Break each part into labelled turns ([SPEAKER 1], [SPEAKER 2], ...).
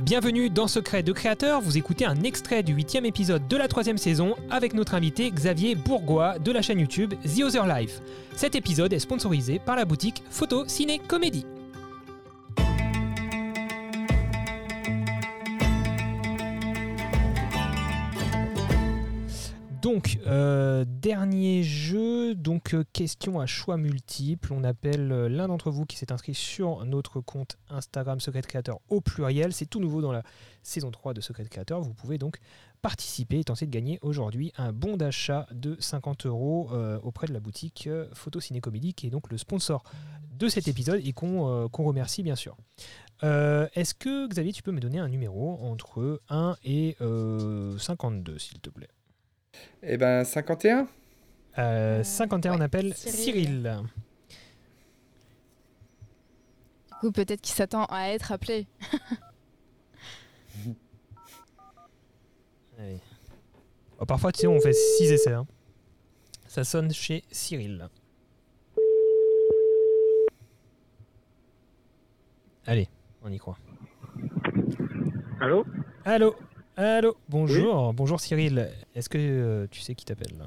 [SPEAKER 1] Bienvenue dans Secret de Créateur, vous écoutez un extrait du huitième épisode de la troisième saison avec notre invité Xavier Bourgois de la chaîne YouTube The Other Life. Cet épisode est sponsorisé par la boutique Photo Ciné Comédie. Donc, euh, dernier jeu, donc euh, question à choix multiple. On appelle euh, l'un d'entre vous qui s'est inscrit sur notre compte Instagram Secret Créateur au pluriel. C'est tout nouveau dans la saison 3 de Secret Créateur. Vous pouvez donc participer et tenter de gagner aujourd'hui un bon d'achat de 50 euros euh, auprès de la boutique euh, Photo Ciné Comédie, qui est donc le sponsor de cet épisode et qu'on euh, qu'on remercie bien sûr. Euh, Est-ce que Xavier, tu peux me donner un numéro entre 1 et euh, 52, s'il te plaît
[SPEAKER 2] Eh ben 51
[SPEAKER 1] Euh,
[SPEAKER 3] Euh,
[SPEAKER 1] 51, on
[SPEAKER 3] ouais,
[SPEAKER 1] appelle Cyril.
[SPEAKER 3] Cyril. Du coup, peut-être qu'il s'attend à être appelé.
[SPEAKER 1] Ouais. Oh, parfois, tu sais, on fait 6 essais. hein. Ça sonne chez Cyril. Allez, on y croit.
[SPEAKER 4] Allô
[SPEAKER 1] Allô Allô Bonjour, bonjour Cyril. Est-ce que euh, tu sais qui t'appelle là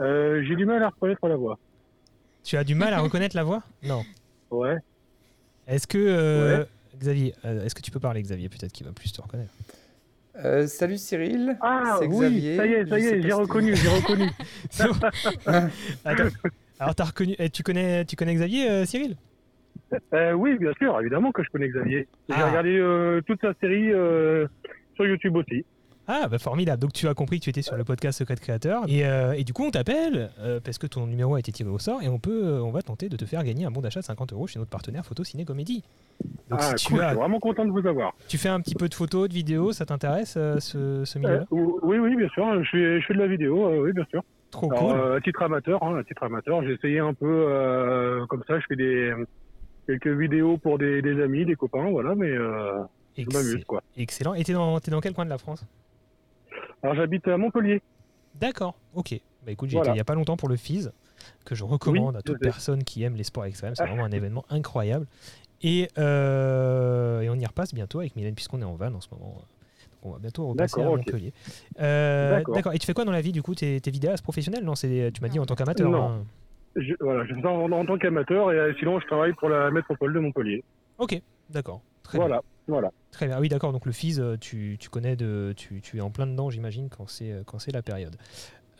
[SPEAKER 4] euh, J'ai du mal à reconnaître la voix.
[SPEAKER 1] Tu as du mal à reconnaître la voix Non.
[SPEAKER 4] Ouais.
[SPEAKER 1] Est-ce que... euh, Xavier, euh, est-ce que tu peux parler Xavier Peut-être qu'il va plus te reconnaître.
[SPEAKER 2] Euh, Salut Cyril.
[SPEAKER 4] Ah
[SPEAKER 2] C'est
[SPEAKER 4] oui,
[SPEAKER 2] Xavier.
[SPEAKER 4] ça y est, ça
[SPEAKER 2] Je
[SPEAKER 4] y
[SPEAKER 2] sais
[SPEAKER 4] est,
[SPEAKER 2] pas
[SPEAKER 4] j'ai
[SPEAKER 2] si-
[SPEAKER 4] reconnu, j'ai reconnu.
[SPEAKER 1] C'est bon. Attends. Alors t'as reconnu, eh, tu connais, tu connais Xavier, euh, Cyril
[SPEAKER 4] Euh, oui, bien sûr, évidemment que je connais Xavier. J'ai
[SPEAKER 1] Ah.
[SPEAKER 4] regardé euh, toute sa série euh, sur YouTube aussi.
[SPEAKER 1] Ah bah formidable. Donc tu as compris que tu étais sur le podcast Secret Créateur et, euh, et du coup on t'appelle euh, parce que ton numéro a été tiré au sort et on peut, euh, on va tenter de te faire gagner un bon d'achat de 50 euros chez notre partenaire Photo Ciné Comédie. Donc
[SPEAKER 4] ah,
[SPEAKER 1] si tu
[SPEAKER 4] cool, je
[SPEAKER 1] as,
[SPEAKER 4] suis vraiment content de vous avoir.
[SPEAKER 1] tu fais un petit peu de photos, de vidéos, ça t'intéresse euh, ce, ce milieu-là
[SPEAKER 4] Euh, oui, oui, bien sûr, je fais, je fais de la vidéo, euh, oui, bien sûr.
[SPEAKER 1] Trop
[SPEAKER 4] Alors,
[SPEAKER 1] Oh, cool.
[SPEAKER 4] euh, à titre amateur, hein, à titre amateur, j'ai essayé un peu euh, comme ça, je fais des quelques vidéos pour des, des amis, des copains, voilà, mais euh, je
[SPEAKER 1] Ex-
[SPEAKER 4] m'amuse, quoi.
[SPEAKER 1] excellent. Et t'es dans, t'es dans quel coin de la France
[SPEAKER 4] Alors, j'habite à Montpellier.
[SPEAKER 1] D'accord. Ok. Bah écoute, j'y
[SPEAKER 4] Voilà.
[SPEAKER 1] étais il y a pas longtemps pour le FIS que je recommande
[SPEAKER 4] Oui, Ah.
[SPEAKER 1] à toute
[SPEAKER 4] je sais.
[SPEAKER 1] personne qui aime les sports extrêmes. C'est vraiment un événement incroyable. Et, euh, et on y repasse bientôt avec Mylène, puisqu'on est en van en ce moment. Donc on va bientôt repasser à
[SPEAKER 4] D'accord, ok.
[SPEAKER 1] Montpellier. Euh,
[SPEAKER 4] D'accord.
[SPEAKER 1] D'accord. Et tu fais quoi dans la vie du coup T'es es vidéaste professionnel Non, c'est tu m'as dit en tant qu'amateur.
[SPEAKER 4] Non.
[SPEAKER 1] hein.
[SPEAKER 4] Je, voilà, je fais ça en, en tant qu'amateur et euh, sinon je travaille pour la métropole de Montpellier.
[SPEAKER 1] Ok, d'accord. Très bien.
[SPEAKER 4] Voilà, voilà.
[SPEAKER 1] Très bien. Ah oui, d'accord. Donc le FIS, euh, tu, tu connais, de, tu, tu es en plein dedans, j'imagine, quand c'est euh, quand c'est la période.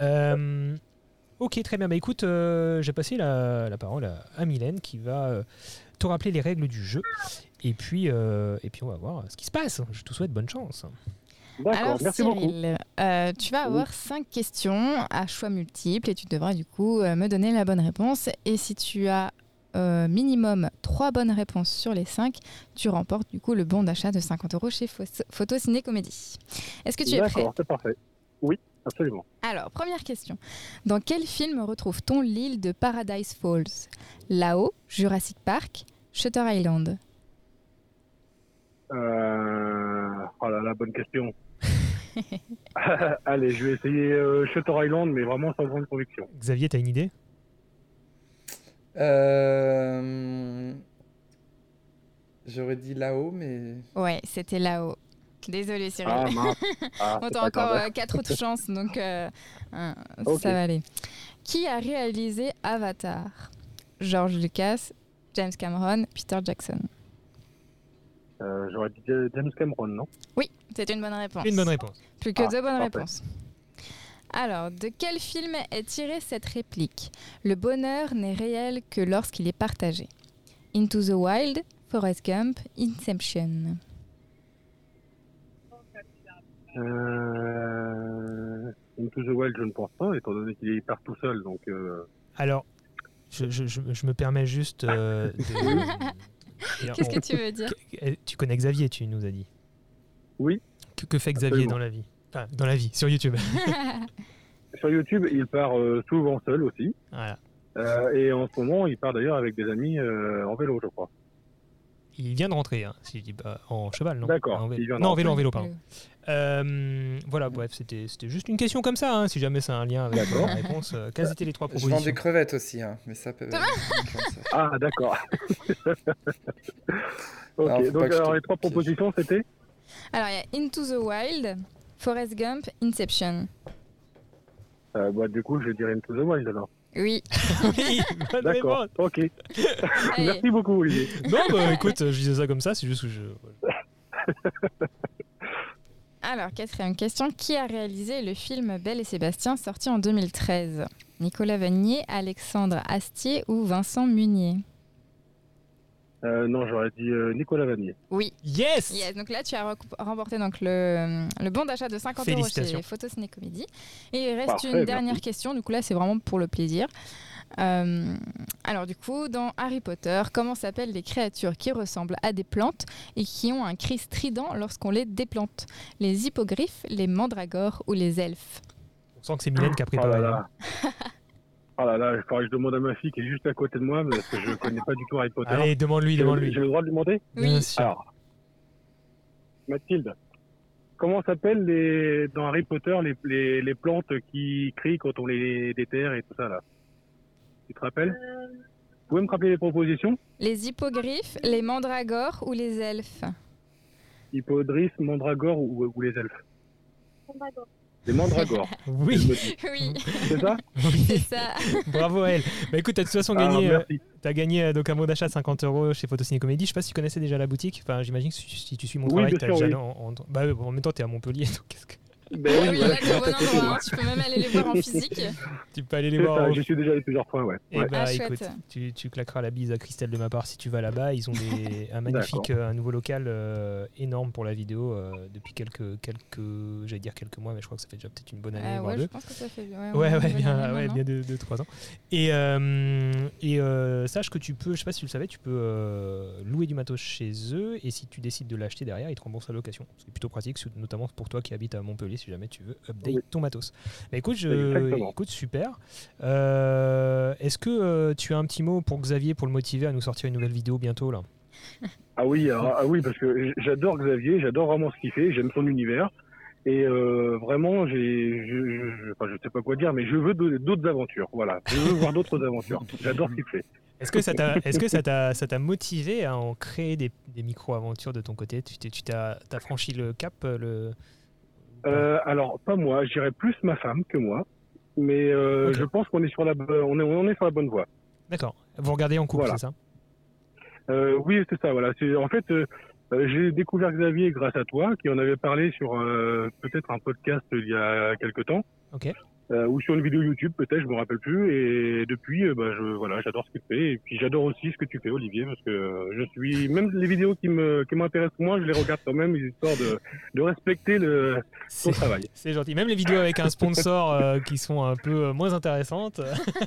[SPEAKER 1] Euh, ok, très bien. Bah écoute, euh, j'ai passé la, la parole à, à Mylène qui va euh, te rappeler les règles du jeu. Et puis, euh, et puis on va voir ce qui se passe. Je te souhaite bonne chance.
[SPEAKER 4] D'accord,
[SPEAKER 3] Alors,
[SPEAKER 4] merci beaucoup.
[SPEAKER 3] Cyril, euh, tu vas avoir cinq questions à choix multiples et tu devras du coup euh, me donner la bonne réponse. Et si tu as euh, minimum trois bonnes réponses sur les cinq, tu remportes du coup le bon d'achat de 50 euros chez Fo- Photo Ciné Comédie. Est-ce que tu es prêt
[SPEAKER 4] D'accord, c'est parfait. Oui, absolument.
[SPEAKER 3] Alors, première question. Dans quel film retrouve-t-on l'île de Paradise Falls Là-haut, Jurassic Park, Shutter Island.
[SPEAKER 4] Euh... Oh là là, bonne question. Allez, je vais essayer euh, Shutter Island, mais vraiment sans grande conviction.
[SPEAKER 1] Xavier, t'as une idée
[SPEAKER 2] Euh, J'aurais dit là-haut, mais.
[SPEAKER 3] Ouais, c'était là-haut. Désolée, Cyril.
[SPEAKER 4] Ah mince. Ah,
[SPEAKER 3] On
[SPEAKER 4] c'est
[SPEAKER 3] t'a
[SPEAKER 4] pas
[SPEAKER 3] encore
[SPEAKER 4] grave.
[SPEAKER 3] euh, quatre autres chances, donc euh, hein,
[SPEAKER 4] Ok.
[SPEAKER 3] ça va aller. Qui a réalisé Avatar George Lucas, James Cameron, Peter Jackson.
[SPEAKER 4] Euh, J'aurais dit euh, James Cameron, non
[SPEAKER 3] Oui, c'est une bonne réponse.
[SPEAKER 1] Une bonne réponse.
[SPEAKER 3] Plus que
[SPEAKER 4] Ah,
[SPEAKER 3] deux bonnes
[SPEAKER 4] parfait.
[SPEAKER 3] réponses. Alors, de quel film est tirée cette réplique Le bonheur n'est réel que lorsqu'il est partagé. Into the Wild, Forrest Gump, Inception.
[SPEAKER 4] euh... Into the Wild, je ne pense pas, étant donné qu'il part tout seul, donc. Euh...
[SPEAKER 1] Alors, je, je- je- je me permets juste. euh, de-
[SPEAKER 3] Qu'est-ce que tu veux dire
[SPEAKER 1] Eh, Tu connais Xavier, tu nous as dit.
[SPEAKER 4] Oui.
[SPEAKER 1] Que, que fait Xavier
[SPEAKER 4] Absolument.
[SPEAKER 1] dans la vie Enfin, dans la vie, sur YouTube.
[SPEAKER 4] Sur YouTube, il part euh, souvent seul aussi.
[SPEAKER 1] voilà.
[SPEAKER 4] Euh, et en ce moment, il part d'ailleurs avec des amis euh, en vélo, je crois.
[SPEAKER 1] Il vient de rentrer, hein, si je dis pas en cheval, non
[SPEAKER 4] D'accord,
[SPEAKER 1] En vélo.
[SPEAKER 4] il vient de
[SPEAKER 1] Non, en
[SPEAKER 4] rentrer.
[SPEAKER 1] vélo, en vélo, pardon. Euh, voilà, bref, c'était c'était juste une question comme ça, hein, si jamais c'est un lien avec la
[SPEAKER 4] D'accord.
[SPEAKER 1] réponse. euh, quelles étaient les trois
[SPEAKER 2] Je vends
[SPEAKER 1] propositions
[SPEAKER 2] des crevettes aussi, hein, mais ça peut. comme ça.
[SPEAKER 4] Ah, d'accord. Ah, Ok,
[SPEAKER 2] Alors, faut pas
[SPEAKER 4] donc
[SPEAKER 2] que je te
[SPEAKER 4] alors les trois
[SPEAKER 2] piège.
[SPEAKER 4] propositions c'était
[SPEAKER 3] Alors, il y a Into the Wild, Forrest Gump, Inception.
[SPEAKER 4] Euh, bah, Du coup, je dirais Into the Wild alors.
[SPEAKER 3] Oui.
[SPEAKER 1] Oui, bonne
[SPEAKER 4] D'accord,
[SPEAKER 1] réponse.
[SPEAKER 4] ok.
[SPEAKER 3] Allez.
[SPEAKER 4] Merci beaucoup, Olivier.
[SPEAKER 1] Non, bah écoute, je disais ça comme ça, c'est juste que je.
[SPEAKER 3] Alors, quatrième question. Qui a réalisé le film Belle et Sébastien sorti en 2013 Nicolas Vanier, Alexandre Astier ou Vincent Munier
[SPEAKER 4] Euh, non, j'aurais dit euh, Nicolas Vanier.
[SPEAKER 3] Oui.
[SPEAKER 1] Yes,
[SPEAKER 3] Yes, donc là, tu as recou- remporté donc le, le bon d'achat de 50 euros
[SPEAKER 1] Félicitations.
[SPEAKER 3] chez Photo Ciné Comédie. Et il reste
[SPEAKER 4] Parfait,
[SPEAKER 3] une
[SPEAKER 4] merci.
[SPEAKER 3] dernière question. Du coup, là, c'est vraiment pour le plaisir. Euh, alors, du coup, dans Harry Potter, comment s'appellent les créatures qui ressemblent à des plantes et qui ont un cri strident lorsqu'on les déplante Les hippogriffes, les mandragores ou les elfes
[SPEAKER 1] On sent que c'est Mylène qui a
[SPEAKER 4] Oh
[SPEAKER 1] préparé. hein.
[SPEAKER 4] là là. Oh là là, il faudrait que je demande à ma fille qui est juste à côté de moi parce que je connais pas du tout Harry Potter.
[SPEAKER 1] Allez, demande-lui, demande-lui.
[SPEAKER 4] J'ai le droit de lui demander
[SPEAKER 1] Bien sûr.
[SPEAKER 4] Alors, Mathilde, comment s'appellent les, dans Harry Potter les, les, les plantes qui crient quand on les déterre et tout ça là Tu te rappelles Vous pouvez me rappeler les propositions
[SPEAKER 3] Les hippogriffes, les mandragores ou les elfes
[SPEAKER 4] Hippodris, Mandragore ou, ou les elfes Les Mandragores, elle
[SPEAKER 1] Oui,
[SPEAKER 4] me dit.
[SPEAKER 3] Oui,
[SPEAKER 4] c'est ça
[SPEAKER 3] c'est
[SPEAKER 1] oui,
[SPEAKER 3] ça.
[SPEAKER 1] bravo à elle. Bah écoute, t'as de toute façon
[SPEAKER 4] Ah,
[SPEAKER 1] gagné, euh,
[SPEAKER 4] Merci.
[SPEAKER 1] t'as gagné euh, donc un bon d'achat de 50 euros chez Photociné Comédie. Je sais pas si tu connaissais déjà la boutique. Enfin, j'imagine que si, si tu suis mon
[SPEAKER 4] Oui,
[SPEAKER 1] travail,
[SPEAKER 4] bien
[SPEAKER 1] t'as déjà.
[SPEAKER 4] sûr, oui.
[SPEAKER 1] en- en- bah, euh, en même temps, t'es à Montpellier, donc qu'est-ce que-
[SPEAKER 4] Ben
[SPEAKER 3] Ah oui,
[SPEAKER 4] voilà,
[SPEAKER 3] là,
[SPEAKER 4] je suis
[SPEAKER 3] t'es au bon
[SPEAKER 4] juste à côté,
[SPEAKER 3] endroit,
[SPEAKER 4] moi.
[SPEAKER 3] hein. Tu peux même aller les voir en physique.
[SPEAKER 1] tu peux aller les
[SPEAKER 4] C'est
[SPEAKER 1] voir.
[SPEAKER 4] ça,
[SPEAKER 1] en-
[SPEAKER 4] j'y suis déjà allé plusieurs fois, ouais.
[SPEAKER 1] Eh
[SPEAKER 4] Ouais.
[SPEAKER 1] bah
[SPEAKER 3] Ah,
[SPEAKER 1] écoute,
[SPEAKER 3] chouette.
[SPEAKER 1] tu, tu claqueras la bise à Christelle de ma part si tu vas là-bas. Ils ont des, un magnifique, euh, un nouveau local euh, énorme pour la vidéo euh, depuis quelques, quelques, j'allais dire quelques mois, mais je crois que ça fait déjà peut-être une bonne année,
[SPEAKER 3] Ah
[SPEAKER 1] voire
[SPEAKER 3] ouais, je
[SPEAKER 1] deux.
[SPEAKER 3] pense que ça fait bien.
[SPEAKER 1] Ouais, ouais, bien, ouais, bien deux, deux, trois ans. Et, euh, et euh, sache que tu peux, je sais pas si tu le savais, tu peux euh, louer du matos chez eux et si tu décides de l'acheter derrière, ils te remboursent la location. C'est plutôt pratique, sou- notamment pour toi qui habites à Montpellier, si jamais tu veux update
[SPEAKER 4] Oui.
[SPEAKER 1] ton matos. Bah, écoute, je,
[SPEAKER 4] Exactement.
[SPEAKER 1] écoute, super. Euh, Est-ce que euh, tu as un petit mot pour Xavier pour le motiver à nous sortir une nouvelle vidéo bientôt là
[SPEAKER 4] Ah oui, ah, ah oui, parce que j- j'adore Xavier, j'adore vraiment ce qu'il fait, j'aime son univers. Et euh, vraiment, j'ai, je, je, je- enfin, je sais pas quoi dire, mais je veux de- d'autres aventures. Voilà, je veux voir d'autres aventures. J'adore ce qu'il fait.
[SPEAKER 1] Est-ce que ça t'a, est-ce que ça t'a, ça t'a motivé à en créer des, des micro-aventures de ton côté Tu t'es, tu t'as, t'as franchi le cap euh, le...
[SPEAKER 4] Euh, alors pas moi, j'irais plus ma femme que moi, mais euh,
[SPEAKER 1] Ok.
[SPEAKER 4] je pense qu'on est sur la, bo- on est, on est sur la bonne voie.
[SPEAKER 1] D'accord. Vous regardez en couple,
[SPEAKER 4] Voilà.
[SPEAKER 1] c'est ça
[SPEAKER 4] Euh, oui, c'est ça. Voilà. C'est en fait, euh, euh, j'ai découvert Xavier grâce à toi, qui en avait parlé sur euh, peut-être un podcast il y a quelque temps.
[SPEAKER 1] Ok.
[SPEAKER 4] Euh, ou sur une vidéo YouTube, peut-être, je me rappelle plus. Et depuis, euh, bah, je voilà, j'adore ce que tu fais. Et puis j'adore aussi ce que tu fais, Olivier, parce que euh, je suis même les vidéos qui me qui m'intéressent moins, je les regarde quand même, histoire de de respecter le
[SPEAKER 1] C'est
[SPEAKER 4] ton travail.
[SPEAKER 1] c'est gentil. Même les vidéos avec un sponsor euh, qui sont un peu euh, moins intéressantes.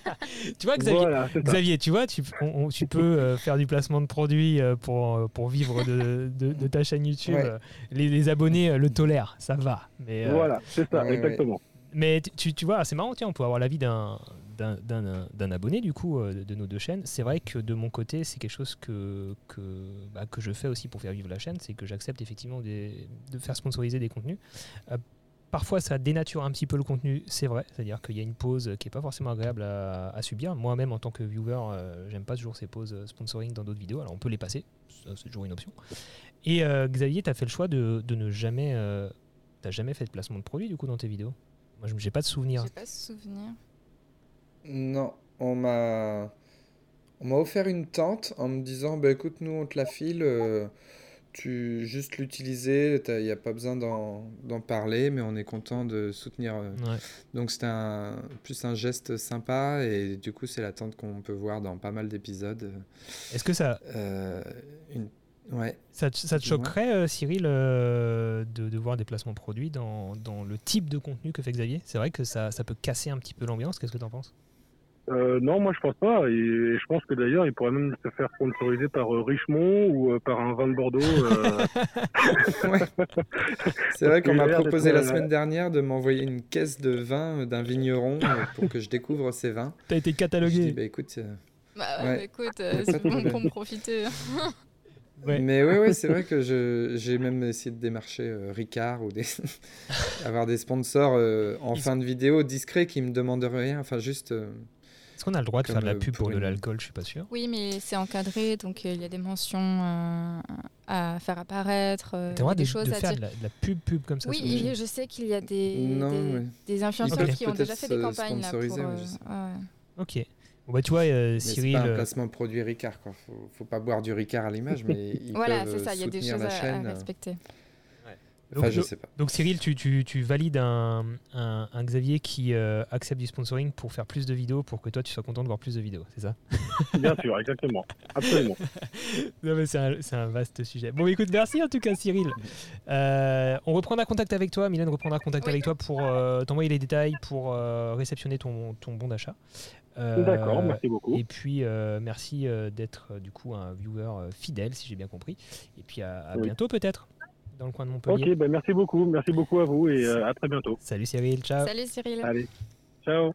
[SPEAKER 1] tu vois, Xavier,
[SPEAKER 4] Voilà, c'est ça.
[SPEAKER 1] Xavier, tu vois, tu, on- on- tu peux euh, faire du placement de produits euh, pour, euh, pour vivre de, de- de ta chaîne YouTube.
[SPEAKER 2] Ouais.
[SPEAKER 1] Euh, Les, les abonnés euh, le tolèrent, ça va. Mais, euh,
[SPEAKER 4] Voilà, c'est ça,
[SPEAKER 2] Ouais, ouais.
[SPEAKER 4] exactement.
[SPEAKER 1] mais tu- tu, tu vois, c'est marrant, tiens, on peut avoir l'avis d'un d'un- d'un- d'un abonné du coup euh, de, de nos deux chaînes. C'est vrai que de mon côté, c'est quelque chose que que, bah, que je fais aussi pour faire vivre la chaîne, c'est que j'accepte effectivement des- de faire sponsoriser des contenus. Euh, Parfois, ça dénature un petit peu le contenu, c'est vrai. C'est-à-dire qu'il y a une pause qui n'est pas forcément agréable à, à subir. Moi-même, en tant que viewer, euh, j'aime pas toujours ces pauses euh, sponsoring dans d'autres vidéos. Alors, on peut les passer, Ça, c'est toujours une option. Et euh, Xavier, tu as fait le choix de, de ne jamais. euh, t'as jamais fait de placement de produit du coup dans tes vidéos moi, je n'ai pas de souvenir.
[SPEAKER 3] J'ai pas ce souvenir.
[SPEAKER 2] Non, on m'a on m'a offert une tente en me disant bah écoute nous on te la file euh, tu juste l'utiliser, il n'y a pas besoin d'en d'en parler mais on est content de soutenir euh.
[SPEAKER 1] Ouais.
[SPEAKER 2] donc c'est un plus un geste sympa et du coup c'est la tente qu'on peut voir dans pas mal d'épisodes
[SPEAKER 1] Est-ce que ça,
[SPEAKER 2] Euh, une ouais
[SPEAKER 1] ça, te- ça te
[SPEAKER 2] Dis-moi.
[SPEAKER 1] choquerait, euh, Cyril, euh, de, de voir des placements produits dans, dans le type de contenu que fait Xavier C'est vrai que ça, ça peut casser un petit peu l'ambiance. Qu'est-ce que tu en penses
[SPEAKER 4] Euh, non, moi je pense pas. Et, je pense que d'ailleurs, il pourrait même se faire sponsoriser par euh, Richemont ou euh, par un vin de Bordeaux. euh,
[SPEAKER 2] C'est vrai
[SPEAKER 4] Parce que
[SPEAKER 2] qu'on m'a
[SPEAKER 4] j'ai l'air
[SPEAKER 2] proposé
[SPEAKER 4] d'être,
[SPEAKER 2] la
[SPEAKER 4] euh,
[SPEAKER 2] semaine dernière de m'envoyer une caisse de vin euh, d'un vigneron euh, pour que je découvre ses vins.
[SPEAKER 1] T'as été
[SPEAKER 2] Je dis,
[SPEAKER 1] catalogué.
[SPEAKER 2] bah écoute. euh,
[SPEAKER 3] Bah ouais,
[SPEAKER 2] Ouais.
[SPEAKER 3] bah écoute,
[SPEAKER 2] Y
[SPEAKER 3] euh,
[SPEAKER 2] a pas
[SPEAKER 3] c'est
[SPEAKER 2] de
[SPEAKER 3] bon
[SPEAKER 2] problème.
[SPEAKER 3] pour me profiter.
[SPEAKER 1] Ouais.
[SPEAKER 2] Mais oui, ouais, c'est vrai que je- j'ai même essayé de démarcher euh, Ricard ou des... avoir des sponsors euh, en
[SPEAKER 1] Ils-
[SPEAKER 2] fin de vidéo discrets qui me demandent rien. Enfin, juste. euh,
[SPEAKER 1] Est-ce qu'on a le droit de
[SPEAKER 2] Comme,
[SPEAKER 1] faire de la
[SPEAKER 2] euh,
[SPEAKER 1] pub pour
[SPEAKER 2] pour
[SPEAKER 1] de
[SPEAKER 2] une-
[SPEAKER 1] l'alcool Je suis pas sûr.
[SPEAKER 3] Oui, mais c'est encadré, donc euh, il y a des mentions euh, à faire apparaître euh,
[SPEAKER 1] T'as le droit
[SPEAKER 3] des
[SPEAKER 1] de,
[SPEAKER 3] choses
[SPEAKER 1] de
[SPEAKER 3] à
[SPEAKER 1] faire
[SPEAKER 3] dire.
[SPEAKER 1] de la, de la pub pub comme ça.
[SPEAKER 3] oui,
[SPEAKER 1] c'est obligé.
[SPEAKER 3] il- je sais qu'il y a des,
[SPEAKER 2] Non,
[SPEAKER 3] des,
[SPEAKER 2] mais-
[SPEAKER 3] des influenceurs
[SPEAKER 1] peuvent
[SPEAKER 3] qui ont déjà
[SPEAKER 2] peut-être
[SPEAKER 3] fait des
[SPEAKER 2] se
[SPEAKER 3] campagnes là, pour,
[SPEAKER 2] sponsoriser, mais je
[SPEAKER 3] euh,
[SPEAKER 2] sais
[SPEAKER 3] ouais.
[SPEAKER 1] Ok. Bon, bah, tu vois, euh,
[SPEAKER 2] Mais
[SPEAKER 1] Cyril.
[SPEAKER 2] c'est pas un
[SPEAKER 1] euh,
[SPEAKER 2] placement produit Ricard. Quoi. Faut, faut pas boire du Ricard à l'image, mais ils
[SPEAKER 3] Voilà,
[SPEAKER 2] peuvent euh,
[SPEAKER 3] c'est ça, il y a des
[SPEAKER 2] soutenir
[SPEAKER 3] choses
[SPEAKER 2] la
[SPEAKER 3] à-
[SPEAKER 2] chaîne. euh.
[SPEAKER 3] à respecter.
[SPEAKER 1] donc,
[SPEAKER 2] Enfin, je
[SPEAKER 1] donc-
[SPEAKER 2] sais pas.
[SPEAKER 1] donc, Cyril, tu, tu, tu valides un, un- un Xavier qui euh, accepte du sponsoring pour faire plus de vidéos, pour que toi tu sois content de voir plus de vidéos, c'est ça
[SPEAKER 4] Bien sûr, exactement. Absolument.
[SPEAKER 1] Non, mais c'est un, c'est un vaste sujet. Bon, écoute, merci en tout cas, Cyril. Euh, on reprendra contact avec toi. Mylène reprendra contact
[SPEAKER 3] Oui.
[SPEAKER 1] avec toi pour euh, t'envoyer les détails, pour euh, réceptionner ton, ton bon d'achat. Euh,
[SPEAKER 4] D'accord, bah, merci beaucoup.
[SPEAKER 1] Et puis, euh, merci euh, d'être euh, du coup un viewer euh, fidèle, si j'ai bien compris. Et puis, à, à
[SPEAKER 4] Oui.
[SPEAKER 1] bientôt peut-être, dans le coin de
[SPEAKER 4] Ok,
[SPEAKER 1] Montpellier.
[SPEAKER 4] ben merci beaucoup. Merci beaucoup à vous et euh, à très bientôt.
[SPEAKER 1] Salut Cyril, ciao.
[SPEAKER 3] Salut Cyril.
[SPEAKER 4] Allez, ciao.